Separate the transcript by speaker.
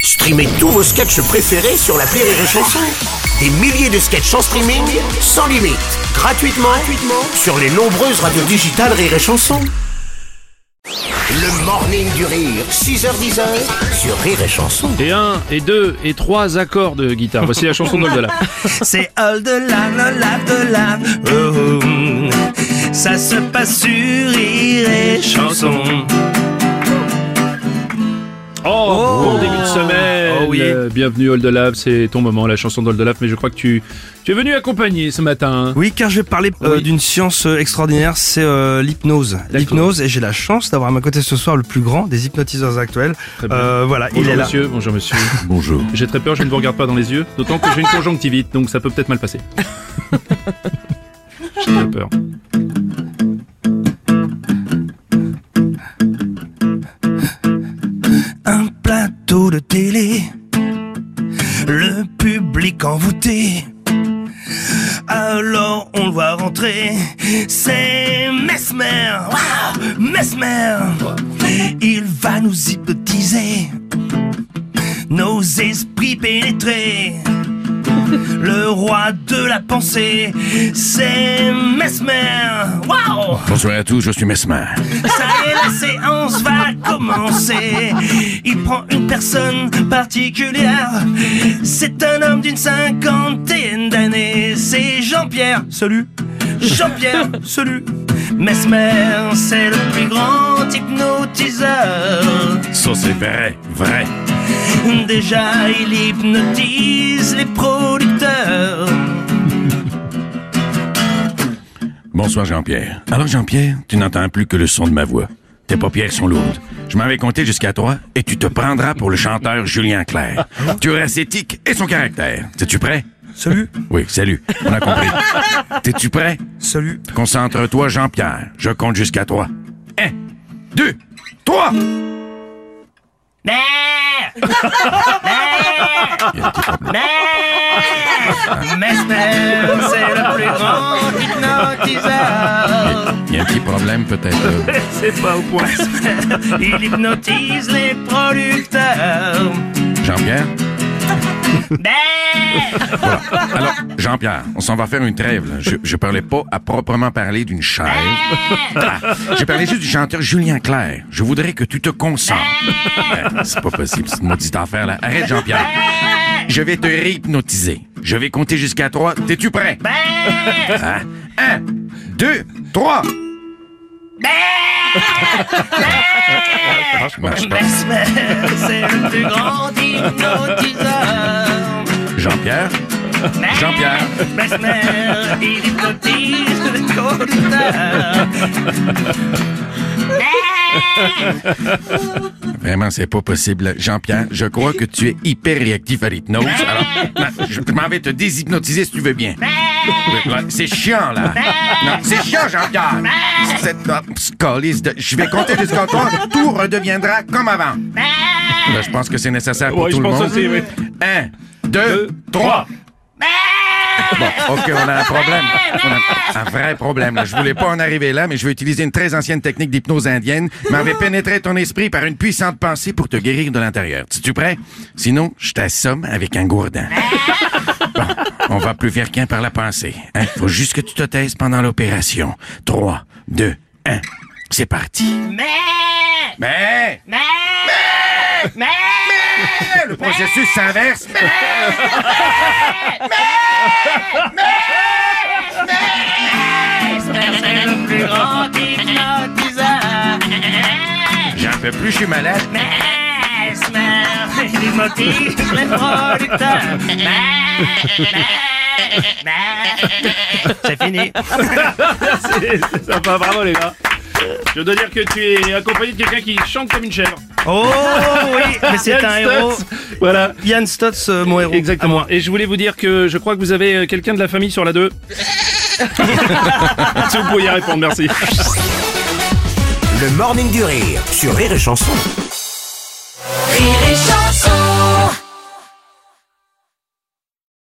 Speaker 1: Streamez tous vos sketchs préférés sur la Rire et Chanson. Des milliers de sketchs en streaming, sans limite, gratuitement, gratuitement sur les nombreuses radios digitales Rire et Chanson. Le morning du rire, 6h10 sur Rire et Chanson.
Speaker 2: Et un, et deux, et trois accords de guitare. Voici la chanson d'Oldola.
Speaker 3: C'est all de la la la de la oh, oh. Ça se passe sur Rire et Chanson
Speaker 2: Oh, bon début de semaine
Speaker 3: Oh oui.
Speaker 2: Euh, Bienvenue Oldolab, c'est ton moment, la chanson d'Oldolab, mais je crois que tu, tu es venu accompagner ce matin.
Speaker 3: Oui, car je vais parler euh,
Speaker 2: Oui.
Speaker 3: d'une science euh, extraordinaire, c'est euh, l'hypnose. L'hypnose, et j'ai la chance d'avoir à ma côté ce soir le plus grand des hypnotiseurs actuels.
Speaker 2: Très bien.
Speaker 3: Euh, voilà,
Speaker 2: Bonjour
Speaker 3: il est là.
Speaker 2: monsieur, bonjour monsieur. Bonjour. J'ai très peur, je ne vous regarde pas dans les yeux, d'autant que j'ai une conjonctivite, donc ça peut peut-être mal passer. j'ai très peur.
Speaker 3: un plateau de télé. Le public envoûté. Alors on le voit rentrer. C'est Mesmer. Waouh, Mesmer. Il va nous hypnotiser. Nos esprits pénétrés. Le roi de la pensée, c'est Mesmer. Waouh!
Speaker 4: Bonsoir à tous, je suis Mesmer.
Speaker 3: Ça y est, la séance va commencer. Il prend une personne particulière. C'est un homme d'une cinquantaine d'années. C'est Jean-Pierre. Salut. Jean-Pierre. Salut. Mesmer, c'est le plus grand hypnotiseur.
Speaker 4: Ça c'est vrai, vrai.
Speaker 3: Déjà, il hypnotise les producteurs.
Speaker 4: Bonsoir Jean-Pierre. Alors Jean-Pierre, tu n'entends plus que le son de ma voix. Tes paupières sont lourdes. Je m'en vais compter jusqu'à trois et tu te prendras pour le chanteur Julien Clerc. Tu auras ses tics et son caractère. Es-tu prêt?
Speaker 3: Salut.
Speaker 4: Oui, salut. On a compris. T'es-tu prêt?
Speaker 3: Salut.
Speaker 4: Concentre-toi Jean-Pierre. Je compte jusqu'à trois. Un, deux, trois!
Speaker 3: Mère Mère Mesmer, c'est le plus grand hypnotiseur.
Speaker 4: Il y a un petit problème peut-être. euh,
Speaker 2: C'est pas au point.
Speaker 3: Il hypnotise les producteurs.
Speaker 4: Jean-Pierre?
Speaker 3: Mère
Speaker 4: Alors, Jean-Pierre, on s'en va faire une trêve. là. Je, je parlais pas à proprement parler d'une chaise. Ah, J'ai parlé juste du chanteur Julien Clerc. Je voudrais que tu te concentres. Euh, C'est pas possible, c'est une maudite affaire, là. Arrête, Jean-Pierre. Je vais te réhypnotiser. Je vais compter jusqu'à trois. T'es-tu prêt? Hein? Un, deux, trois. Ça marche pas.
Speaker 3: Mesmer, c'est le plus grand hypnotiseur.
Speaker 4: Jean-Pierre? Jean-Pierre?
Speaker 3: Mesmer, il hypnotise les producteurs.
Speaker 4: Vraiment, c'est pas possible. Jean-Pierre, je crois que tu es hyper réactif à l'hypnose. Alors, non, je je m'en vais te déshypnotiser si tu veux bien. Ouais, ouais, C'est chiant, là. Non, c'est chiant, Jean-Pierre. Cette oh, pss, calisse de... Je vais compter jusqu'à toi. Tout redeviendra comme avant. Là, je pense que c'est nécessaire pour
Speaker 2: Ouais,
Speaker 4: tout
Speaker 2: je
Speaker 4: le
Speaker 2: pense
Speaker 4: monde.
Speaker 2: aussi, oui.
Speaker 4: Un, deux, trois. Bon, OK, on a un problème. On a un vrai problème. là. Je voulais pas en arriver là, mais je vais utiliser une très ancienne technique d'hypnose indienne. M'avait pénétré ton esprit par une puissante pensée pour te guérir de l'intérieur. Es-tu prêt? Sinon, je t'assomme avec un gourdin. Bon, on va plus faire qu'un par la pensée. hein. Faut juste que tu te taises pendant l'opération. 3, 2, 1. C'est parti.
Speaker 3: Mère
Speaker 4: Mais...
Speaker 3: Mère Mère
Speaker 4: Le processus s'inverse.
Speaker 3: C'est le plus grand hypnotiseur.
Speaker 4: J'en peux plus, je suis malade.
Speaker 3: Mesmer, il hypnotise les producteurs. Mesmer, Mesmer. C'est fini.
Speaker 2: C'est c'est sympa, bravo les gars. Je dois dire que tu es accompagné de quelqu'un qui chante comme une chèvre.
Speaker 3: Oh oui, mais c'est
Speaker 2: Yann
Speaker 3: un héros.
Speaker 2: Stutz. Voilà.
Speaker 3: Yann Stotz, mon héros.
Speaker 2: Exactement. Ah, Et je voulais vous dire que je crois que vous avez euh, quelqu'un de la famille sur la 2. si vous pourriez répondre, merci.
Speaker 1: Le morning du rire sur Rire et Chanson.
Speaker 5: Rire et chanson